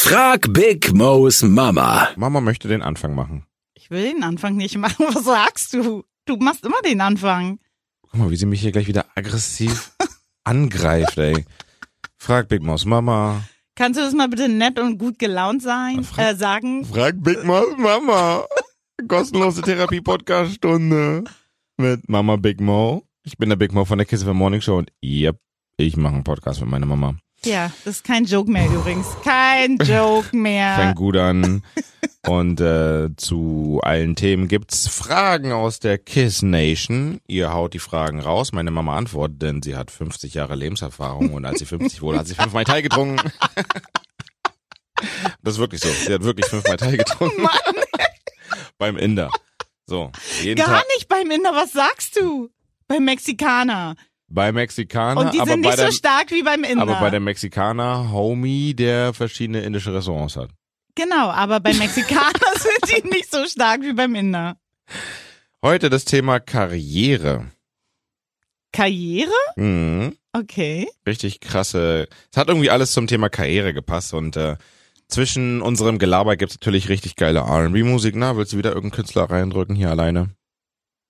Frag Big Mo's Mama. Mama möchte den Anfang machen. Ich will den Anfang nicht machen. Was sagst du? Du machst immer den Anfang. Guck mal, wie sie mich hier gleich wieder aggressiv angreift, ey. Frag Big Maus Mama. Kannst du das mal bitte nett und gut gelaunt sein, äh, sagen? Frag Big Maus Mama. Kostenlose Therapie-Podcast-Stunde mit Mama Big Mo. Ich bin der Big Mo von der Kiss of the Morning Show und yep, ich mache einen Podcast mit meiner Mama. Ja, das ist kein Joke mehr übrigens. Kein Joke mehr. Fängt gut an. Und äh, zu allen Themen gibt's Fragen aus der Kiss Nation. Ihr haut die Fragen raus. Meine Mama antwortet, denn sie hat 50 Jahre Lebenserfahrung und als sie 50 wurde, hat sie fünfmal Thai getrunken. das ist wirklich so. Sie hat wirklich fünfmal Thai getrunken. Beim Inder. So, jeden Gar Tag nicht beim Inder. Was sagst du? Beim Mexikaner. bei Mexikaner, Und die aber sind bei, nicht der, so stark wie beim Inder. aber bei der Mexikaner Homie, der verschiedene indische Restaurants hat. genau, aber beim Mexikaner sind die nicht so stark wie beim Inder. Heute das Thema Karriere. Karriere? Mhm. Okay. richtig krasse. Es hat irgendwie alles zum Thema Karriere gepasst und äh, zwischen unserem Gelaber gibt's natürlich richtig geile RB-Musik. Na, willst du wieder irgendeinen Künstler reindrücken hier alleine?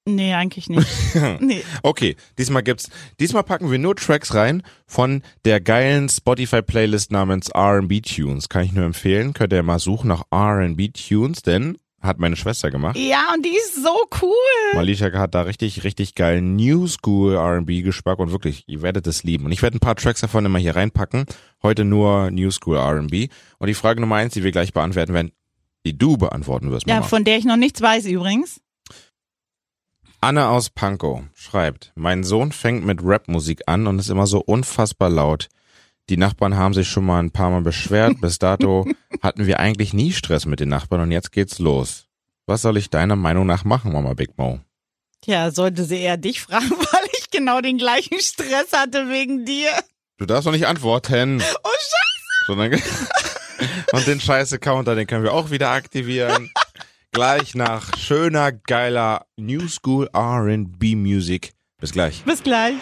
Nee, eigentlich nicht. Nee. Okay, diesmal gibt's. Diesmal packen wir nur Tracks rein von der geilen Spotify-Playlist namens RB Tunes. Kann ich nur empfehlen. Könnt ihr mal suchen nach RB Tunes, denn hat meine Schwester gemacht. Ja, und die ist so cool. Malisha hat da richtig, richtig geilen New School R&B Geschmack und wirklich, ihr werdet es lieben. Und ich werde ein paar Tracks davon immer hier reinpacken. Heute nur New School R&B. Und die Frage Nummer eins, die wir gleich beantworten werden, die du beantworten wirst, Ja, Mama. von der ich noch nichts weiß übrigens. Anne aus Pankow schreibt, mein Sohn fängt mit Rapmusik an und ist immer so unfassbar laut. Die Nachbarn haben sich schon mal ein paar Mal beschwert. Bis dato hatten wir eigentlich nie Stress mit den Nachbarn und jetzt geht's los. Was soll ich deiner Meinung nach machen, Mama Big Mo? Tja, sollte sie eher dich fragen, weil ich genau den gleichen Stress hatte wegen dir. Du darfst doch nicht antworten. Oh Scheiße. sondern und den scheiße Counter, den können wir auch wieder aktivieren. Gleich nach schöner, geiler New School R&B Music. Bis gleich. Bis gleich.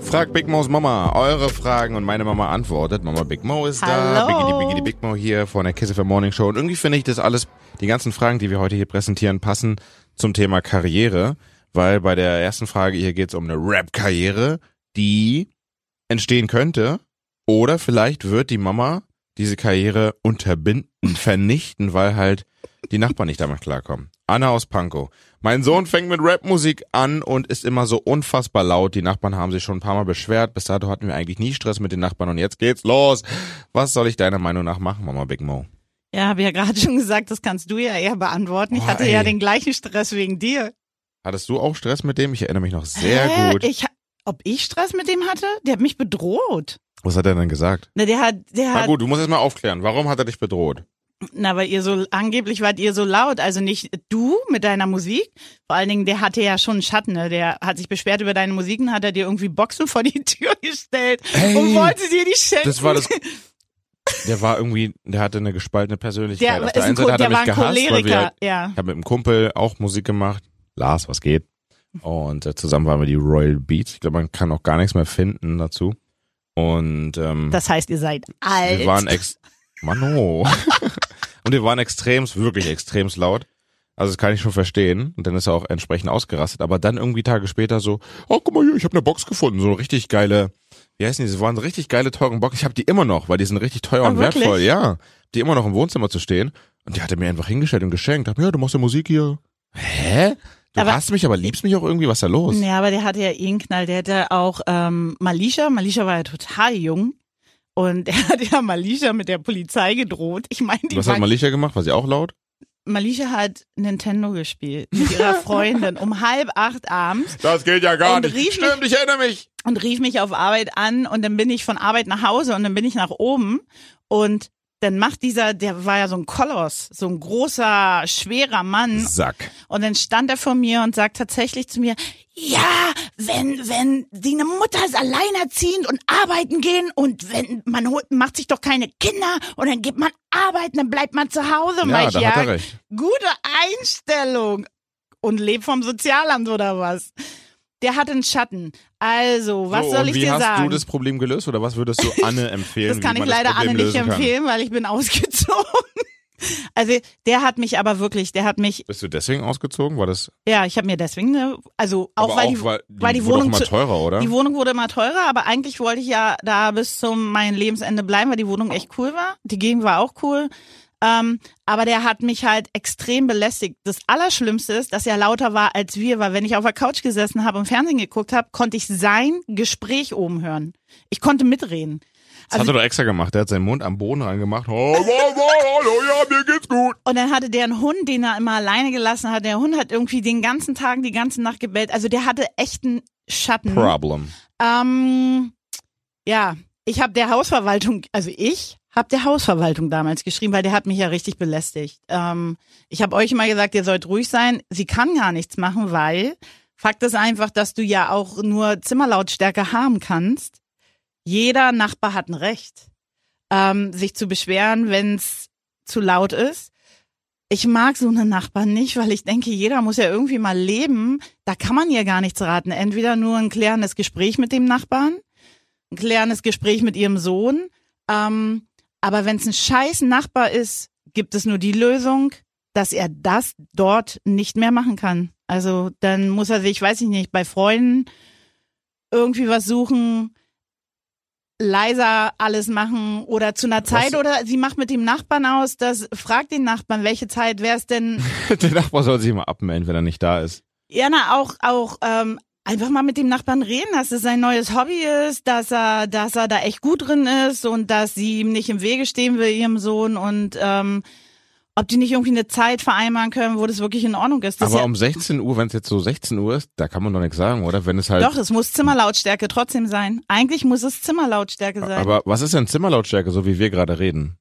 Frag Big Mo's Mama eure Fragen und meine Mama antwortet. Mama Big Mo ist da. Hallo. Biggity Biggity Big Mo hier von der Kiss FM Morning Show. Und irgendwie finde ich das alles, die ganzen Fragen, die wir heute hier präsentieren, passen zum Thema Karriere. Weil bei der ersten Frage hier geht es um eine Rap-Karriere, die entstehen könnte. Oder vielleicht wird die Mama diese Karriere unterbinden, vernichten, weil halt die Nachbarn nicht damit klarkommen. Anna aus Pankow. Mein Sohn fängt mit Rapmusik an und ist immer so unfassbar laut. Die Nachbarn haben sich schon ein paar Mal beschwert. Bis dato hatten wir eigentlich nie Stress mit den Nachbarn und jetzt geht's los. Was soll ich deiner Meinung nach machen, Mama Big Mo? Ja, habe ja gerade schon gesagt, das kannst du ja eher beantworten. Ich Boah, hatte ey. ja den gleichen Stress wegen dir. Hattest du auch Stress mit dem? Ich erinnere mich noch sehr Hä? gut. Ich, ha- ob ich Stress mit dem hatte? Der hat mich bedroht. Was hat er denn gesagt? Na, der hat, der Na hat, gut, du musst erst mal aufklären. Warum hat er dich bedroht? na, weil ihr so, angeblich wart ihr so laut. Also nicht du mit deiner Musik. Vor allen Dingen, der hatte ja schon einen Schatten, ne? Der hat sich beschwert über deine Musik und hat er dir irgendwie Boxen vor die Tür gestellt Ey, und wollte dir die schenken. Das war das. Der war irgendwie, der hatte eine gespaltene Persönlichkeit. Der, Auf ist der ein, einen Ko- Seite hat er der mich war ein gehasst, weil wir halt Choleriker, ja. Ich habe mit einem Kumpel auch Musik gemacht. Lars, was geht? Und äh, zusammen waren wir die Royal Beats. Ich glaube, man kann auch gar nichts mehr finden dazu. Und ähm, Das heißt, ihr seid alt. wir waren ex... Mano. Und wir waren extremst, wirklich extremst laut. Also das kann ich schon verstehen. Und dann ist er auch entsprechend ausgerastet. Aber dann irgendwie Tage später so, oh, guck mal hier, ich habe eine Box gefunden. So eine richtig geile, wie heißen die? Das waren so richtig geile, teuren Boxen. Ich habe die immer noch, weil die sind richtig teuer Ah, und wirklich? wertvoll. Ja, die immer noch im Wohnzimmer zu stehen. Und die hat er mir einfach hingestellt und geschenkt. Hab, ja, du machst ja Musik hier. Hä? Du Aber- hasst mich, aber liebst mich auch irgendwie. Was ist da los? Ja, aber der hatte ja eh einen Knall. Der hatte auch ähm, Malisha. Malisha war ja total jung. Und er hat ja Malisha mit der Polizei gedroht. Ich meine, die Was hat war- Malicha gemacht? War sie auch laut? Malisha hat Nintendo gespielt mit ihrer Freundin um halb acht abends Das geht ja gar Und nicht. rief mich- Stimmt, ich erinnere mich. und rief mich auf Arbeit an und dann bin ich von Arbeit nach Hause und dann bin ich nach oben und dann macht dieser, der war ja so ein Koloss, so ein großer, schwerer Mann Sack. Und dann stand er vor mir und sagt tatsächlich zu mir, ja, wenn, wenn die eine Mutter ist alleinerziehend und arbeiten gehen und wenn, man holt, macht sich doch keine Kinder und dann geht man arbeiten, dann bleibt man zu Hause. Und Ja, ich, da hat er recht. Gute Einstellung. Und lebt vom Sozialamt oder was? der hat einen Schatten. Also, was so, soll und ich wie dir hast sagen? du das Problem gelöst oder was würdest du Anne empfehlen? Das kann wie ich man leider Problem Anne nicht lösen kann? empfehlen, weil ich bin ausgezogen. Also der hat mich aber wirklich, der hat mich, Bist du deswegen ausgezogen? War das ja, ich habe mir deswegen, ne, also auch, aber weil, auch, die, weil, weil die wurde auch Wohnung immer zu- teurer, oder? die Wohnung wurde immer teurer, aber eigentlich wollte ich ja da bis zum mein Lebensende bleiben, weil die Wohnung echt cool war. Die Gegend war auch cool. Ähm, aber der hat mich halt extrem belästigt. Das Allerschlimmste ist, dass er lauter war als wir, weil wenn ich auf der Couch gesessen habe und Fernsehen geguckt habe, konnte ich sein Gespräch oben hören. Ich konnte mitreden. das also hat er doch extra gemacht. Der hat seinen Mund am Boden reingemacht. Oh, oh, oh, oh, oh, ja, mir geht's gut. Und dann hatte der einen Hund, den er immer alleine gelassen hat. Der Hund hat irgendwie den ganzen Tag, die ganze Nacht gebellt. Also der hatte echten Schatten. Problem. Ähm, ja, ich habe der Hausverwaltung, also ich habe der Hausverwaltung damals geschrieben, weil der hat mich ja richtig belästigt. Ähm, ich habe euch immer gesagt, ihr sollt ruhig sein. Sie kann gar nichts machen, weil Fakt ist einfach, dass du ja auch nur Zimmerlautstärke haben kannst. Jeder Nachbar hat ein Recht, ähm, sich zu beschweren, wenn es zu laut ist. Ich mag so eine Nachbarn nicht, weil ich denke, jeder muss ja irgendwie mal leben. Da kann man ja gar nichts raten. Entweder nur ein klärendes Gespräch mit dem Nachbarn, ein klärendes Gespräch mit ihrem Sohn. Ähm, aber wenn es ein scheiß Nachbar ist, gibt es nur die Lösung, dass er das dort nicht mehr machen kann. Also dann muss er sich, weiß ich nicht, bei Freunden irgendwie was suchen, leiser alles machen oder zu einer Zeit oder sie macht mit dem Nachbarn aus, dass fragt den Nachbarn, welche Zeit wäre es denn Der Nachbar soll sich mal abmelden, wenn er nicht da ist. ja, na, auch, auch ähm, einfach mal mit dem Nachbarn reden, dass es sein neues Hobby ist, dass er, dass er da echt gut drin ist und dass sie ihm nicht im Wege stehen will, ihrem Sohn und ähm, ob die nicht irgendwie eine Zeit vereinbaren können, wo das wirklich in Ordnung ist. Das Aber ist ja, um 16 Uhr, wenn es jetzt so 16 Uhr ist, da kann man doch nichts sagen, oder? Wenn es halt. doch, es muss Zimmerlautstärke trotzdem sein. Eigentlich muss es Zimmerlautstärke sein. aber was ist denn Zimmerlautstärke, so wie wir gerade reden?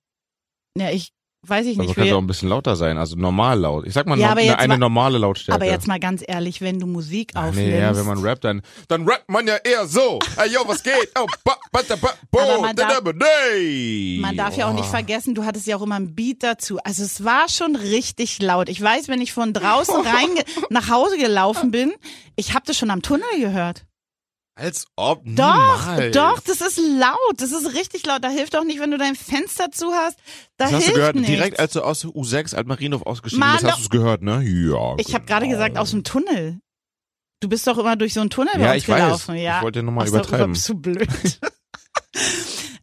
ja, ich weiß ich Also nicht. kann es wer- auch ein bisschen lauter sein, also normal laut. Ich sag mal, Ja, no- aber eine, jetzt eine mal- normale Lautstärke. aber jetzt mal ganz ehrlich, wenn du Musik Ach aufnimmst. Nee, ja, wenn man rappt, dann, dann rappt man ja eher so. Ey, yo, was geht? Oh, ba, ba, da, ba, bo, Aber man da, da, darf- ba, day. Man darf ja auch nicht Oh. vergessen, du hattest ja auch immer einen Beat dazu. Also es war schon richtig laut. Ich weiß, wenn ich von draußen rein nach Hause gelaufen bin, ich habe das schon am Tunnel gehört. Als ob. Doch, niemals. doch, das ist laut. Das ist richtig laut. Da hilft auch nicht, wenn du dein Fenster zu hast. Da Das hast hilft du gehört, nichts. direkt als du aus der U6 Altmarinov ausgeschieden Mann, bist, hast du es gehört, ne? Ja. ich habe gerade genau. gesagt, aus dem Tunnel. Du bist doch immer durch so einen Tunnel Ja, bei uns ich weiß. gelaufen. Ich wollte nochmal Ach so, übertreiben. Bist du blöd?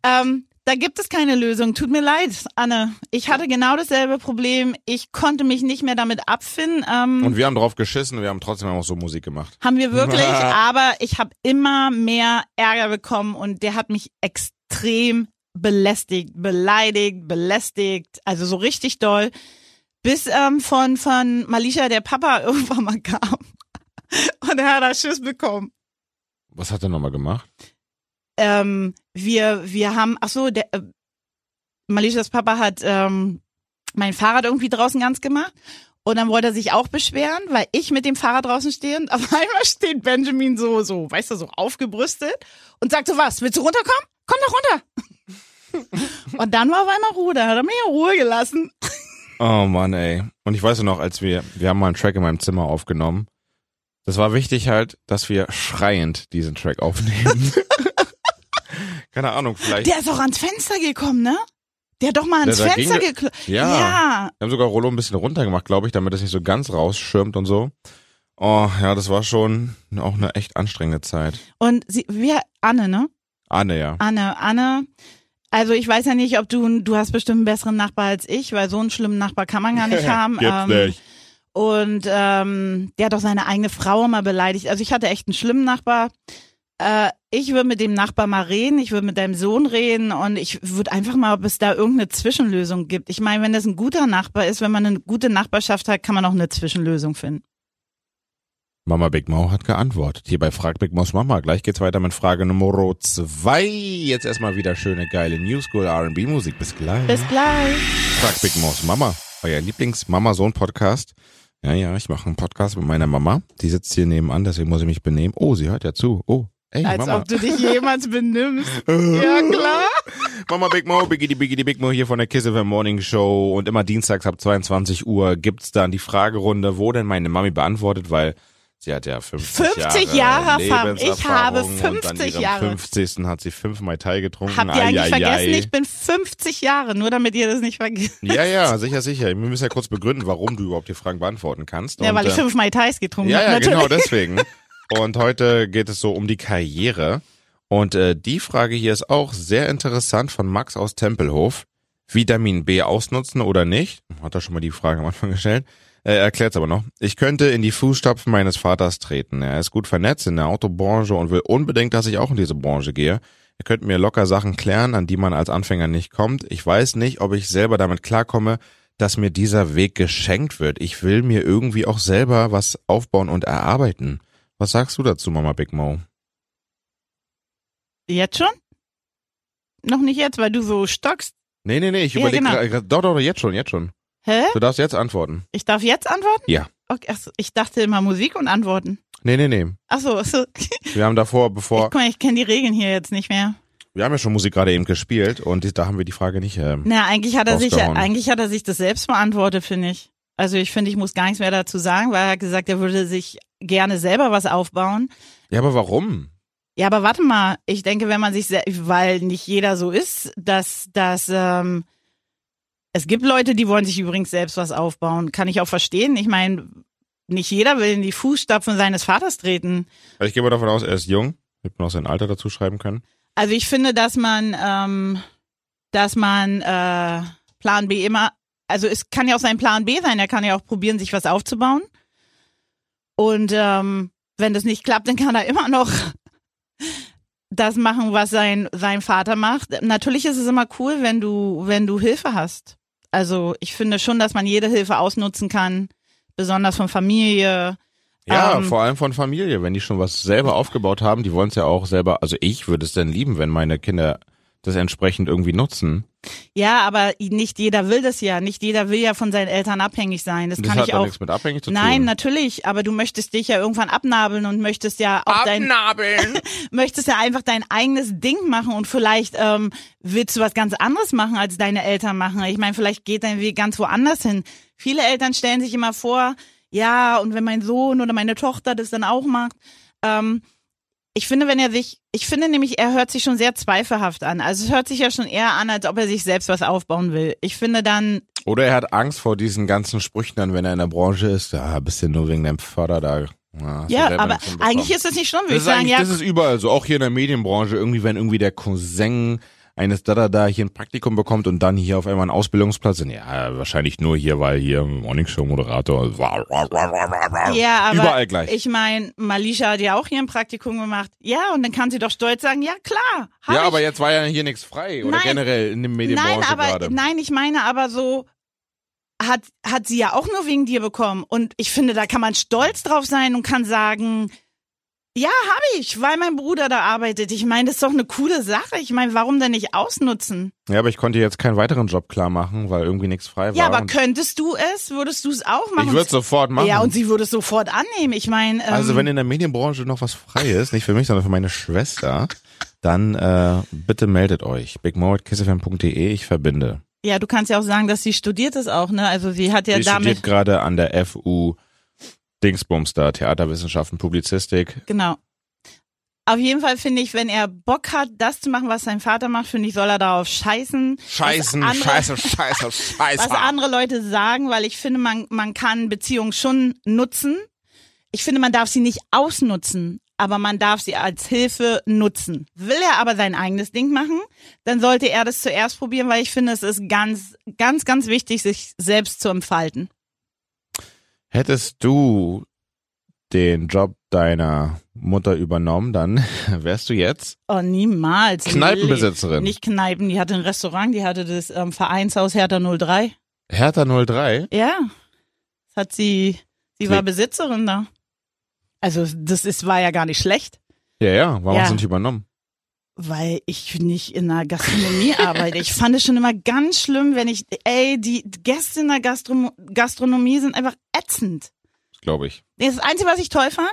ähm, da gibt es keine Lösung. Tut mir leid, Anne. Ich hatte genau dasselbe Problem. Ich konnte mich nicht mehr damit abfinden. Ähm, Und wir haben drauf geschissen und wir haben trotzdem auch so Musik gemacht. haben wir wirklich, aber ich habe immer mehr Ärger bekommen und der hat mich extrem belästigt, beleidigt, belästigt, also so richtig doll, bis ähm, von von Malisha der Papa irgendwann mal kam und er hat da Schiss bekommen. Was hat er nochmal gemacht? ähm, wir, wir haben, ach so, der, äh, Malishas Papa hat ähm, mein Fahrrad irgendwie draußen ganz gemacht. Und dann wollte er sich auch beschweren, weil ich mit dem Fahrrad draußen stehe und auf einmal steht Benjamin so, so, weißt du, so aufgebrüstet und sagt so, was, willst du runterkommen? Komm doch runter! und dann war auf einmal Ruhe, da hat er mich in Ruhe gelassen. Oh Mann, ey. Und ich weiß ja noch, als wir, wir haben mal einen Track in meinem Zimmer aufgenommen. Das war wichtig halt, dass wir schreiend diesen Track aufnehmen. Keine Ahnung, vielleicht. Der ist auch ans Fenster gekommen, ne? Der hat doch mal ans Der- da ging Fenster der- geklopft. Ja. ja. Wir haben sogar Rollo ein bisschen runtergemacht, glaube ich, damit es nicht so ganz rausschirmt und so. Oh, ja, das war schon auch eine echt anstrengende Zeit. Und sie, wir, Anne, ne? Anne, ja. Anne, Anne. Also ich weiß ja nicht, ob du, du hast bestimmt einen besseren Nachbar als ich, weil so einen schlimmen Nachbar kann man gar nicht haben. Ähm, Und ähm, der hat auch seine eigene Frau immer beleidigt. Also ich hatte echt einen schlimmen Nachbar. Äh, ich würde mit dem Nachbar mal reden, ich würde mit deinem Sohn reden und ich würde einfach mal, ob es da irgendeine Zwischenlösung gibt. Ich meine, wenn das ein guter Nachbar ist, wenn man eine gute Nachbarschaft hat, kann man auch eine Zwischenlösung finden. Mama Big Mau hat geantwortet. Hierbei fragt Big Maus Mama. Gleich geht's weiter mit Frage Nummer zwei. Jetzt erstmal wieder schöne, geile New School R&B Musik. Bis gleich. Bis gleich. Frag Big Maus Mama, euer Lieblings-Mama-Sohn-Podcast. Ja, ja, ich mache einen Podcast mit meiner Mama. Die sitzt hier nebenan, deswegen muss ich mich benehmen. Oh, sie hört ja zu. Oh, ey, Als Mama. Äh, ob du dich jemals benimmst. ja, klar. Mama Big Mo, Biggie, Biggie, Big Mo hier von der Kiss FM Morning Show. Und immer dienstags ab 22 Uhr gibt's dann die Fragerunde, wo denn meine Mami beantwortet, weil Sie hat ja 50, 50 Jahre Jahre, Erfahrung. Ich Lebenserfahrung habe und an 50 ihrem Jahre. 50. hat sie fünf Mai Tai getrunken. Habt ihr eigentlich Ai, ai, vergessen? ai. Ich bin 50 Jahre, nur damit ihr das nicht vergisst. Ja, ja, sicher, sicher. Wir müssen ja kurz begründen, warum du überhaupt die Fragen beantworten kannst. Ja, Und, weil ich äh, fünf Mai Tais getrunken Ja, habe. ja, natürlich. genau deswegen. Und heute geht es so um die Karriere. Und äh, die Frage hier ist auch sehr interessant von Max aus Tempelhof. Vitamin B ausnutzen oder nicht? Hat er schon mal die Frage am Anfang gestellt. Äh, erklärt's aber noch. Ich könnte in die Fußstapfen meines Vaters treten. Er ist gut vernetzt in der Autobranche und will unbedingt, dass ich auch in diese Branche gehe. Er könnte mir locker Sachen klären, an die man als Anfänger nicht kommt. Ich weiß nicht, ob ich selber damit klarkomme, dass mir dieser Weg geschenkt wird. Ich will mir irgendwie auch selber was aufbauen und erarbeiten. Was sagst du dazu, Mama Big Mo? Jetzt schon? Noch nicht jetzt, weil du so stockst. Nee, nee, nee, ich Ja, überlege genau. gerade. Doch, doch, doch, jetzt schon, jetzt schon. Hä? Du darfst jetzt antworten. Ich darf jetzt antworten? Ja. Okay, ach so, ich dachte immer Musik und antworten. Nee, nee, nee. Achso, achso. Wir haben davor, bevor, Guck mal, ich kenne die Regeln hier jetzt nicht mehr. wir haben ja schon Musik gerade eben gespielt und die, da haben wir die Frage nicht. Ähm, Na, eigentlich hat er sich, Rausgehauen. eigentlich hat er sich das selbst beantwortet, finde ich. Also ich finde, ich muss gar nichts mehr dazu sagen, weil er hat gesagt, er würde sich gerne selber was aufbauen. ja, aber warum? Ja, aber warte mal, ich denke, wenn man sich, sel- weil nicht jeder so ist, dass, dass ähm, es gibt Leute, die wollen sich übrigens selbst was aufbauen. Kann ich auch verstehen. Ich meine, nicht jeder will in die Fußstapfen seines Vaters treten. Weil Ich gehe mal davon aus, er ist jung. Hätte man auch sein Alter dazu schreiben können. Also ich finde, dass man, ähm, dass man äh, Plan B immer, also es kann ja auch sein Plan B sein, er kann ja auch probieren, sich was aufzubauen. Und ähm, wenn das nicht klappt, dann kann er immer noch das machen, was sein, sein Vater macht. Natürlich ist es immer cool, wenn du, wenn du Hilfe hast. Also ich finde schon, dass man jede Hilfe ausnutzen kann, besonders von Familie. Ja, Ähm, vor allem von Familie. Wenn die schon was selber aufgebaut haben, die wollen es ja auch selber. Also ich würde es dann lieben, wenn meine Kinder das entsprechend irgendwie nutzen. Ja, aber nicht jeder will das ja. Nicht jeder will ja von seinen Eltern abhängig sein. Das, Das kann hat ich doch auch. nichts mit abhängig zu Nein, tun. natürlich, aber du möchtest dich ja irgendwann abnabeln und möchtest ja auch dein, Abnabeln. möchtest ja einfach dein eigenes Ding machen und vielleicht ähm, willst du was ganz anderes machen, als deine Eltern machen. Ich meine, vielleicht geht dein Weg ganz woanders hin. Viele Eltern stellen sich immer vor, ja, und wenn mein Sohn oder meine Tochter das dann auch macht, ähm, ich finde, wenn er sich, ich finde nämlich, er hört sich schon sehr zweifelhaft an. Also es hört sich ja schon eher an, als ob er sich selbst was aufbauen will. Ich finde dann, Oder er hat Angst vor diesen ganzen Sprüchen dann, wenn er in der Branche ist. Ja, bist du nur wegen deinem Vater da. Ja, hast du ja, selber aber nicht hinbekommen. eigentlich ist das nicht schlimm, würde das ist ich sagen. eigentlich, Ja, das ist überall so. Auch hier in der Medienbranche. Irgendwie, wenn irgendwie der Cousin eines da da da hier ein Praktikum bekommt und dann hier auf einmal einen Ausbildungsplatz. sind. Ja, wahrscheinlich nur hier, weil hier Morning Show Moderator. Ja, aber überall gleich. ich meine, Malisha hat ja auch hier ein Praktikum gemacht. Ja, und dann kann sie doch stolz sagen, ja klar, hab ja, ich. aber jetzt war ja hier nichts frei oder Nein. generell in der Medienbranche nein, aber gerade. nein, ich meine aber so hat hat sie ja auch nur wegen dir bekommen und ich finde, da kann man stolz drauf sein und kann sagen, ja, habe ich, weil mein Bruder da arbeitet. Ich meine, das ist doch eine coole Sache. Ich meine, warum denn nicht ausnutzen? Ja, aber ich konnte jetzt keinen weiteren Job klar machen, weil irgendwie nichts frei war. Ja, aber Und könntest du es? Würdest du es auch machen? ich würde sofort machen. ja, und sie würde es sofort annehmen. Ich meine, ähm, Also wenn in der Medienbranche noch was frei ist, nicht für mich, sondern für meine Schwester, dann äh, bitte meldet euch. bigmo.kissfm.de, ich verbinde. Ja, du kannst ja auch sagen, dass sie studiert ist auch, ne? Also sie hat ja ich studiere damit gerade an der FU Dingsbums da, Theaterwissenschaften, Publizistik. genau. Auf jeden Fall finde ich, wenn er Bock hat, das zu machen, was sein Vater macht, finde ich, soll er darauf scheißen. Scheißen, andere- scheiße, scheiße, scheiße. was andere Leute sagen, weil ich finde, man, man kann Beziehungen schon nutzen. Ich finde, man darf sie nicht ausnutzen, aber man darf sie als Hilfe nutzen. Will er aber sein eigenes Ding machen, dann sollte er das zuerst probieren, weil ich finde, es ist ganz, ganz, ganz wichtig, sich selbst zu entfalten. Hättest du den Job deiner Mutter übernommen, dann wärst du jetzt Oh, niemals. Kneipenbesitzerin. Nicht Kneipen, die hatte ein Restaurant, die hatte das ähm, Vereinshaus Hertha 03. Hertha 03. Ja. Das hat sie, sie Sie- war Besitzerin da. Also, das ist, war ja gar nicht schlecht, Ja, ja, warum Ja. hast du nicht übernommen? weil ich nicht in der Gastronomie arbeite. Ich fand es schon immer ganz schlimm, wenn ich, ey, die Gäste in der Gastro Gastronomie sind einfach ätzend. Glaube ich. Das Einzige, was ich toll fand,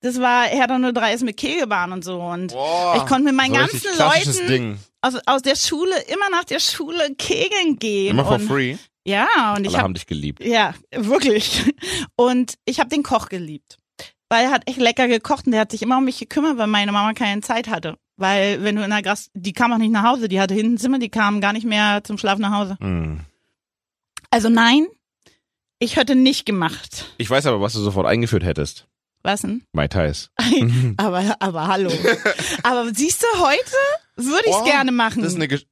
das war Hertha 03 ist mit Kegelbahn und so und Boah, ich konnte mit meinen so ganzen richtig klassisches Leuten Ding. aus, aus der Schule, immer nach der Schule kegeln gehen. Immer for und, free. Ja, und ich Alle habe haben dich geliebt. ja, wirklich. Und ich habe den Koch geliebt. weil er hat echt lecker gekocht und der hat sich immer um mich gekümmert, weil meine Mama keine Zeit hatte. Weil wenn du in der Gast, die kam auch nicht nach Hause, die hatte hinten ein Zimmer, die kam gar nicht mehr zum Schlafen nach Hause. Hm. Also nein, ich hätte nicht gemacht. Ich weiß aber, was du sofort eingeführt hättest. Was denn? Mai Tais. aber, aber hallo. aber siehst du, heute würde ich es Oh, gerne machen. Das ist eine Gesch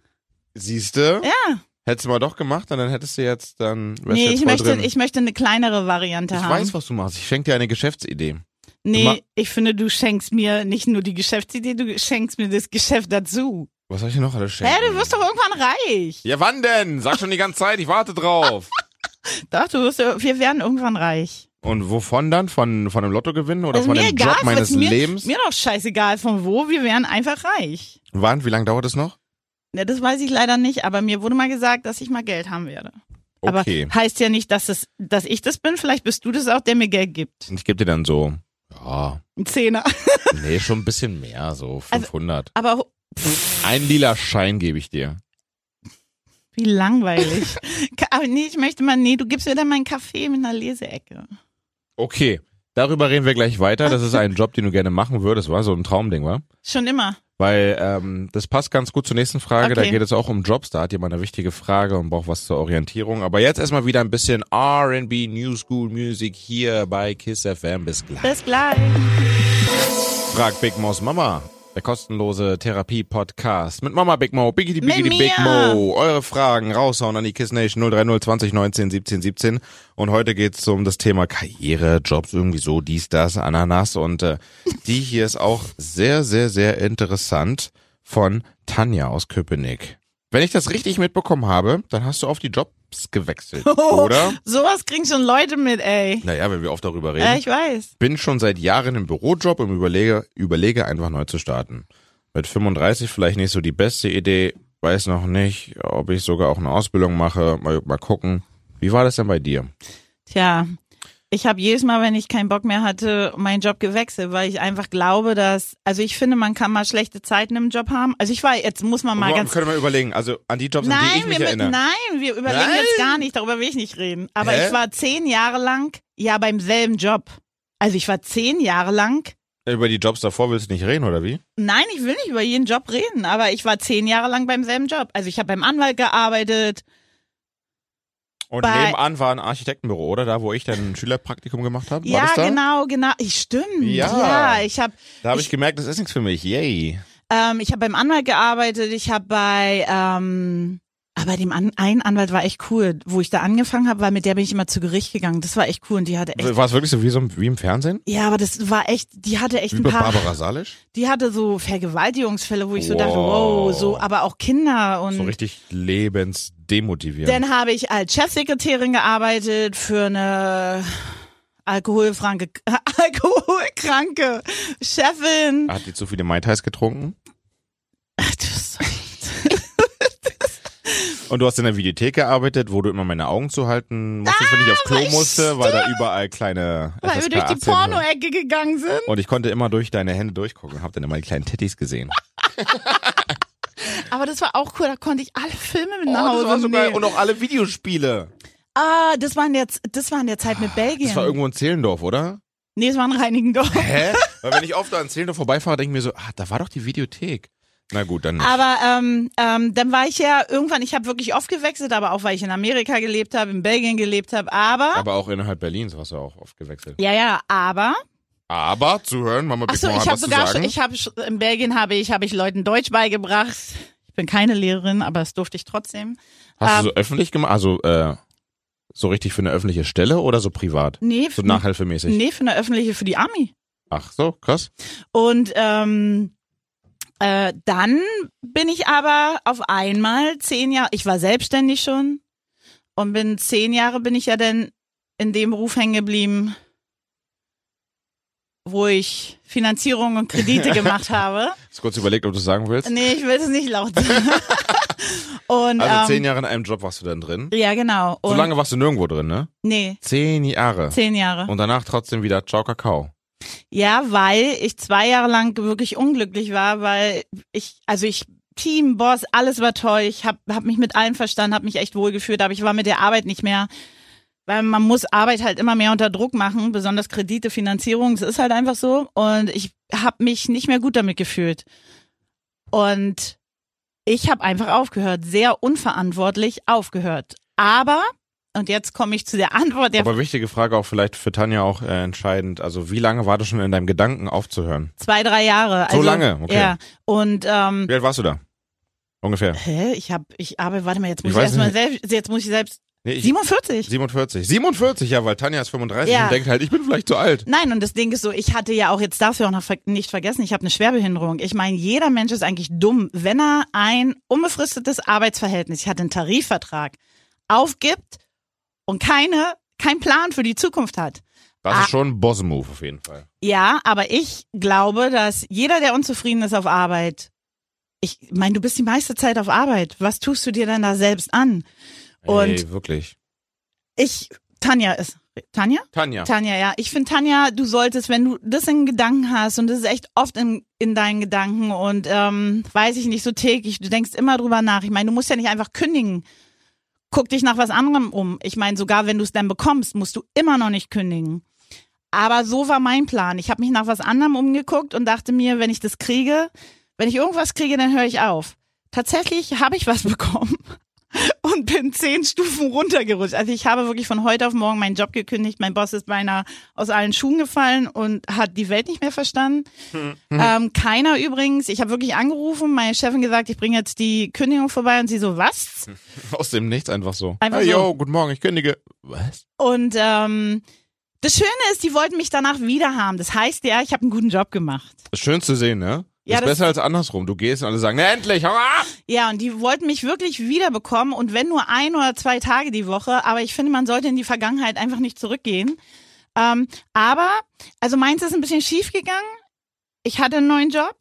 Siehste? ja, Hättest du mal doch gemacht und dann hättest du jetzt dann wärst nee, jetzt ich voll möchte, drin. ich möchte eine kleinere Variante ich haben. weiß, was du machst. Ich schenke dir eine Geschäftsidee. Ma- Nee, ich finde, du schenkst mir nicht nur die Geschäftsidee, du schenkst mir das Geschäft dazu. Was soll ich dir noch alles Hä, schenken? du wirst doch irgendwann reich. ja, wann denn? Sag schon die ganze Zeit, ich warte drauf. Doch, du wirst, wir werden irgendwann reich. Und wovon dann? Von, von einem Lottogewinn oder Also von mir dem egal, Job meines was mir, Lebens? Mir doch scheißegal von wo, wir wären einfach reich. Wann? Wie lange dauert es noch? Ja, das weiß ich leider nicht, aber mir wurde mal gesagt, dass ich mal Geld haben werde. Okay. Aber heißt ja nicht, dass, es, dass ich das bin. Vielleicht bist du das auch, der mir Geld gibt. ich gebe dir dann so, ja, Ein Zehner. nee, schon ein bisschen mehr, Also- so 500. Aber ho- ein lila Schein gebe ich dir. wie langweilig. Ka- aber nee, ich möchte mal, nee, du gibst mir dann meinen Kaffee mit einer Leseecke. Okay, darüber reden wir gleich weiter. Das ist ein Job, den du gerne machen würdest, war so ein Traumding, war? Schon immer. Weil ähm, das passt ganz gut zur nächsten Frage. Da Okay. geht es auch um Jobs. Da hat jemand eine wichtige Frage und braucht was zur Orientierung. Aber jetzt erstmal wieder ein bisschen R&B New School Music hier bei Kiss FM. Bis gleich. Bis gleich. Frag Big Mo's Mama. Der kostenlose Therapie-Podcast mit Mama Big Mo, Biggity Mit Biggity Big mir. Mo. Eure Fragen raushauen an die Kiss Nation 030 20 19 17 17. Und heute geht's um das Thema Karriere, Jobs, irgendwie so, dies, das, Ananas. Und äh, die hier ist auch sehr, sehr, sehr interessant von Tanja aus Köpenick. Wenn ich das richtig mitbekommen habe, dann hast du auf die Jobs gewechselt, oder? Sowas kriegen schon Leute mit, ey. Naja, wenn wir oft darüber reden Ja, ich weiß. bin schon seit Jahren im Bürojob und überlege, überlege einfach neu zu starten. Mit 35 vielleicht nicht so die beste Idee, weiß noch nicht, ob ich sogar auch eine Ausbildung mache, mal, mal gucken. Wie war das denn bei dir? Tja, ich habe jedes Mal, wenn ich keinen Bock mehr hatte, meinen Job gewechselt, weil ich einfach glaube, dass, also ich finde, man kann mal schlechte Zeiten im Job haben. Also ich war, jetzt muss man mal Boah, ganz. können wir überlegen, also an Um die Jobs, an die ich Nein, mich wir, erinnere. nein, wir überlegen Nein? jetzt gar nicht, darüber will ich nicht reden. Aber Hä? ich war zehn Jahre lang ja beim selben Job. Also ich war zehn Jahre lang. Über die Jobs davor willst du nicht reden, oder wie? Nein, ich will nicht über jeden Job reden, aber ich war zehn Jahre lang beim selben Job. Also ich habe beim Anwalt gearbeitet. Und Bei- nebenan war ein Architektenbüro, oder? Da, wo ich dann ein Schülerpraktikum gemacht habe. war ja, das da? genau, genau. Ich, stimmt. Ja. ja ich habe Da habe ich, Ich- gemerkt, das ist nichts für mich. Yay. Ähm, ich habe beim Anwalt gearbeitet, ich habe bei, ähm, aber dem An einen Anwalt war echt cool, wo ich da angefangen habe, weil mit der bin ich immer zu Gericht gegangen. Das war echt cool und die hatte echt, War es wirklich so wie, so wie im Fernsehen? ja, aber das war echt, die hatte echt Wie ein bei paar, Barbara Salisch? die hatte so Vergewaltigungsfälle, wo ich so dachte, Wow. wow, so, aber auch Kinder und So richtig lebensdemotivierend. dann habe ich als Chefsekretärin gearbeitet für eine alkoholkranke, alkoholkranke Chefin. Hat die zu viele Mai Tais getrunken? Ach, du bist so echt. Und du hast in der Videothek gearbeitet, wo du immer meine Augen zuhalten musstest, wenn ich auf Klo Ah, weil ich musste, weil da überall kleine Weil FSK wir durch die 18 waren. Pornoecke gegangen sind. Und ich konnte immer durch deine Hände durchgucken und habe dann immer die kleinen Titties gesehen. Aber das war auch cool, da konnte ich alle Filme mit Oh, nach Hause nehmen. auch alle Videospiele. ah, das war, in der, Z- das war in der Zeit mit Belgien. Ah, Das war Hm. irgendwo in Zehlendorf, oder? nee, das war in Reinigendorf. Hä? Weil wenn ich oft an Zehlendorf vorbeifahre, denke ich mir so, ah, da war doch die Videothek. Na gut, dann nicht. Aber ähm, ähm, dann war ich ja irgendwann, ich habe wirklich oft gewechselt, aber auch weil ich in Amerika gelebt habe, in Belgien gelebt habe, aber, Aber auch innerhalb Berlins warst du auch oft gewechselt. ja, ja, aber, Aber zu hören, Mama Big achso, Mama ich hat was habe zu sogar, schon- sagen. ich habe, schon- in Belgien habe ich, habe ich Leuten Deutsch beigebracht. Ich bin keine Lehrerin, aber das durfte ich trotzdem. Hast du so Ähm, öffentlich gemacht? Also äh, so richtig für eine öffentliche Stelle oder so privat? Nee, So für, nachhilfemäßig? nee, für eine öffentliche, für die Army. Ach so, krass. Und ähm, äh, dann bin ich aber auf einmal zehn Jahre, ich war selbstständig schon und bin zehn Jahre bin ich ja dann in dem Beruf hängen geblieben, wo ich Finanzierung und Kredite gemacht habe. Hast kurz überlegt, ob du es sagen willst. Nee, ich will es nicht laut sagen. und Also zehn ähm, Jahre in einem Job warst du dann drin. ja, genau. Und, So lange warst du nirgendwo drin, ne? Nee, Zehn Jahre. zehn Jahre. Und danach trotzdem wieder Ciao Kakao. Ja, weil ich zwei Jahre lang wirklich unglücklich war, weil ich, also ich, Team, Boss, alles war toll. Ich hab, hab mich mit allen verstanden, hab mich echt wohlgefühlt, aber ich war mit der Arbeit nicht mehr. weil man muss Arbeit halt immer mehr unter Druck machen, besonders Kredite, Finanzierung, es ist halt einfach so. Und ich habe mich nicht mehr gut damit gefühlt. Und ich habe einfach aufgehört, sehr unverantwortlich aufgehört. Aber, und jetzt komme ich zu der Antwort der Aber wichtige Frage auch vielleicht für Tanja auch äh, entscheidend. Also wie lange war das schon in deinem Gedanken aufzuhören? zwei, drei Jahre. also So lange? Okay. Ja. Und ähm, Wie alt warst du da? Ungefähr. Hä? Ich habe, ich arbeite, warte mal, jetzt muss Ich ich, weiß erstmal selbst, jetzt muss ich selbst. Nee, ich, 47? 47. 47, ja, weil Tanja ist 35 Ja. und denkt halt, ich bin vielleicht zu alt. Nein, und das Ding ist so, ich hatte ja auch jetzt dafür auch noch ver nicht vergessen, ich habe eine Schwerbehinderung. Ich meine, jeder Mensch ist eigentlich dumm, wenn er ein unbefristetes Arbeitsverhältnis, ich hatte einen Tarifvertrag, aufgibt und keine, kein Plan für die Zukunft hat. Das Ah. ist schon ein Boss-Move auf jeden Fall. Ja, aber ich glaube, dass jeder, der unzufrieden ist auf Arbeit, ich meine, du bist die meiste Zeit auf Arbeit. Was tust du dir denn da selbst an? Und Ey, wirklich. ich, Tanja ist, Tanja? Tanja. Tanja, ja. Ich finde, Tanja, du solltest, wenn du das in Gedanken hast, und das ist echt oft in, in deinen Gedanken und ähm, weiß ich nicht, so täglich, du denkst immer drüber nach. Ich meine, du musst ja nicht einfach kündigen. Guck dich nach was anderem um. Ich meine, sogar wenn du es dann bekommst, musst du immer noch nicht kündigen. Aber so war mein Plan. Ich habe mich nach was anderem umgeguckt und dachte mir, wenn ich das kriege, wenn ich irgendwas kriege, dann höre ich auf. Tatsächlich habe ich was bekommen und bin zehn Stufen runtergerutscht. Also ich habe wirklich von heute auf morgen meinen Job gekündigt. Mein Boss ist beinahe aus allen Schuhen gefallen und hat die Welt nicht mehr verstanden. Ähm, keiner übrigens. Ich habe wirklich angerufen, meine Chefin gesagt, ich bringe jetzt die Kündigung vorbei und sie so, was? Aus dem Nichts einfach so. Einfach hey, so. yo, guten Morgen, ich kündige. Was? Und ähm, das Schöne ist, die wollten mich danach wieder haben. Das heißt ja, ich habe einen guten Job gemacht. Ist schön zu sehen, ne? Ja, ist das- besser als andersrum. Du gehst und alle sagen, na endlich, hau ab! Ja, und die wollten mich wirklich wiederbekommen und wenn nur ein oder zwei Tage die Woche, aber ich finde, man sollte in die Vergangenheit einfach nicht zurückgehen. Ähm, aber, also meins ist ein bisschen schief gegangen. Ich hatte einen neuen Job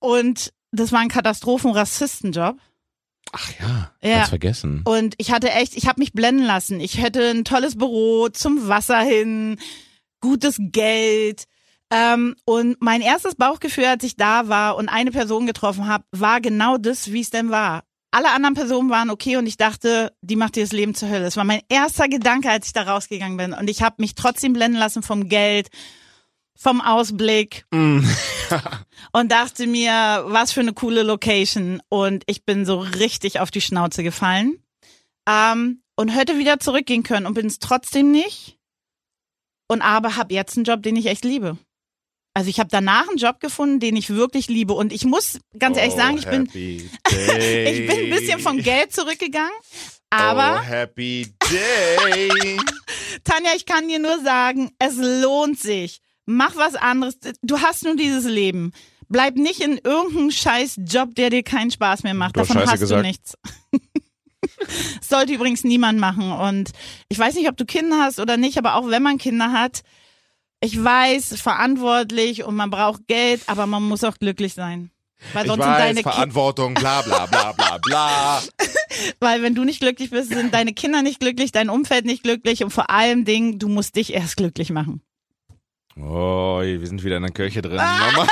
und das war ein Katastrophen-Rassistenjob. Ach ja, Ja. ganz vergessen. Und ich hatte echt, ich habe mich blenden lassen. Ich hätte ein tolles Büro zum Wasser hin, gutes Geld. Ähm, und mein erstes Bauchgefühl, als ich da war und eine Person getroffen habe, war genau das, wie es denn war. Alle anderen Personen waren okay und ich dachte, die macht dir das Leben zur Hölle. Das war mein erster Gedanke, als ich da rausgegangen bin. Und ich habe mich trotzdem blenden lassen vom Geld, vom Ausblick, und dachte mir, was für eine coole Location. Und ich bin so richtig auf die Schnauze gefallen. Ähm, und hätte wieder zurückgehen können und bin es trotzdem nicht. Und aber habe jetzt einen Job, den ich echt liebe. Also ich habe danach einen Job gefunden, den ich wirklich liebe. Und ich muss ganz Oh, ehrlich sagen, ich bin, ich bin ein bisschen vom Geld zurückgegangen. Aber Oh, happy day. Tanja, ich kann dir nur sagen, es lohnt sich. Mach was anderes. Du hast nur dieses Leben. Bleib nicht in irgendeinem scheiß Job, der dir keinen Spaß mehr macht. Du hast Davon Scheiße hast gesagt. du nichts. Das Sollte übrigens niemand machen. Und ich weiß nicht, ob du Kinder hast oder nicht, aber auch wenn man Kinder hat, ich weiß, verantwortlich und man braucht Geld, aber man muss auch glücklich sein. Weil ich sonst weiß, sind Also deine Ki- Verantwortung, bla bla bla bla bla. weil wenn du nicht glücklich bist, sind deine Kinder nicht glücklich, dein Umfeld nicht glücklich und vor allem Dingen, du musst dich erst glücklich machen. Oh, wir sind wieder in der Kirche drin. Ah! Mama,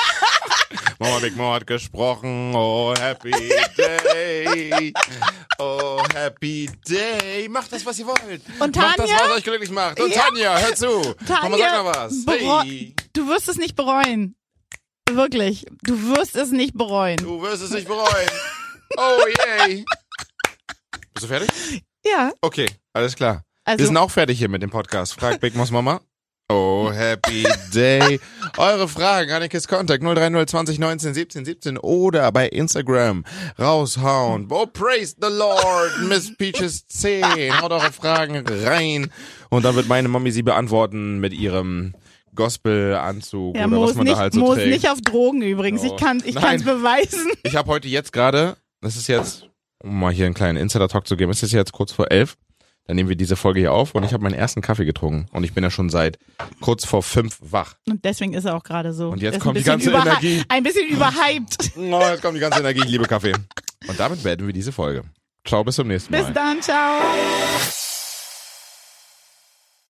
Mama Big Mo hat gesprochen. Oh, happy day. Oh, happy day. Macht das, was ihr wollt. Und Macht das, Tanja? was euch glücklich macht. Und Tanja, hör zu. Mama, sag mal was. bereu- Hey. Du wirst es nicht bereuen. Wirklich. Du wirst es nicht bereuen. Du wirst es nicht bereuen. Oh, yay. Bist du fertig? Ja. Okay, alles klar. Also, Wir sind auch fertig hier mit dem Podcast. Frag Big Moss Mama. Oh, happy day. Eure Fragen, Annikes Contact 030 20 19 17 17 oder bei Instagram raushauen. Oh, praise the Lord, Miss Peaches 10. Haut eure Fragen rein. Und dann wird meine Mami sie beantworten mit ihrem Gospel-Anzug ja, oder Mo was ist man nicht, da halt so Mo ist trägt. nicht auf Drogen übrigens. Oh. Ich kann ich Nein. kann's beweisen. Ich habe heute jetzt gerade, das ist jetzt, um mal hier einen kleinen Insider-Talk zu geben, es ist jetzt kurz vor elf. Dann nehmen wir diese Folge hier auf und ich habe meinen ersten Kaffee getrunken. Und ich bin ja schon seit kurz vor fünf wach. Und deswegen ist er auch gerade so. Und jetzt Er ist kommt die ein bisschen ganze überhy- Energie. Ein bisschen überhyped. Oh, jetzt kommt die ganze Energie, ich liebe Kaffee. Und damit beenden wir diese Folge. Ciao, bis zum nächsten Mal. Bis dann, ciao.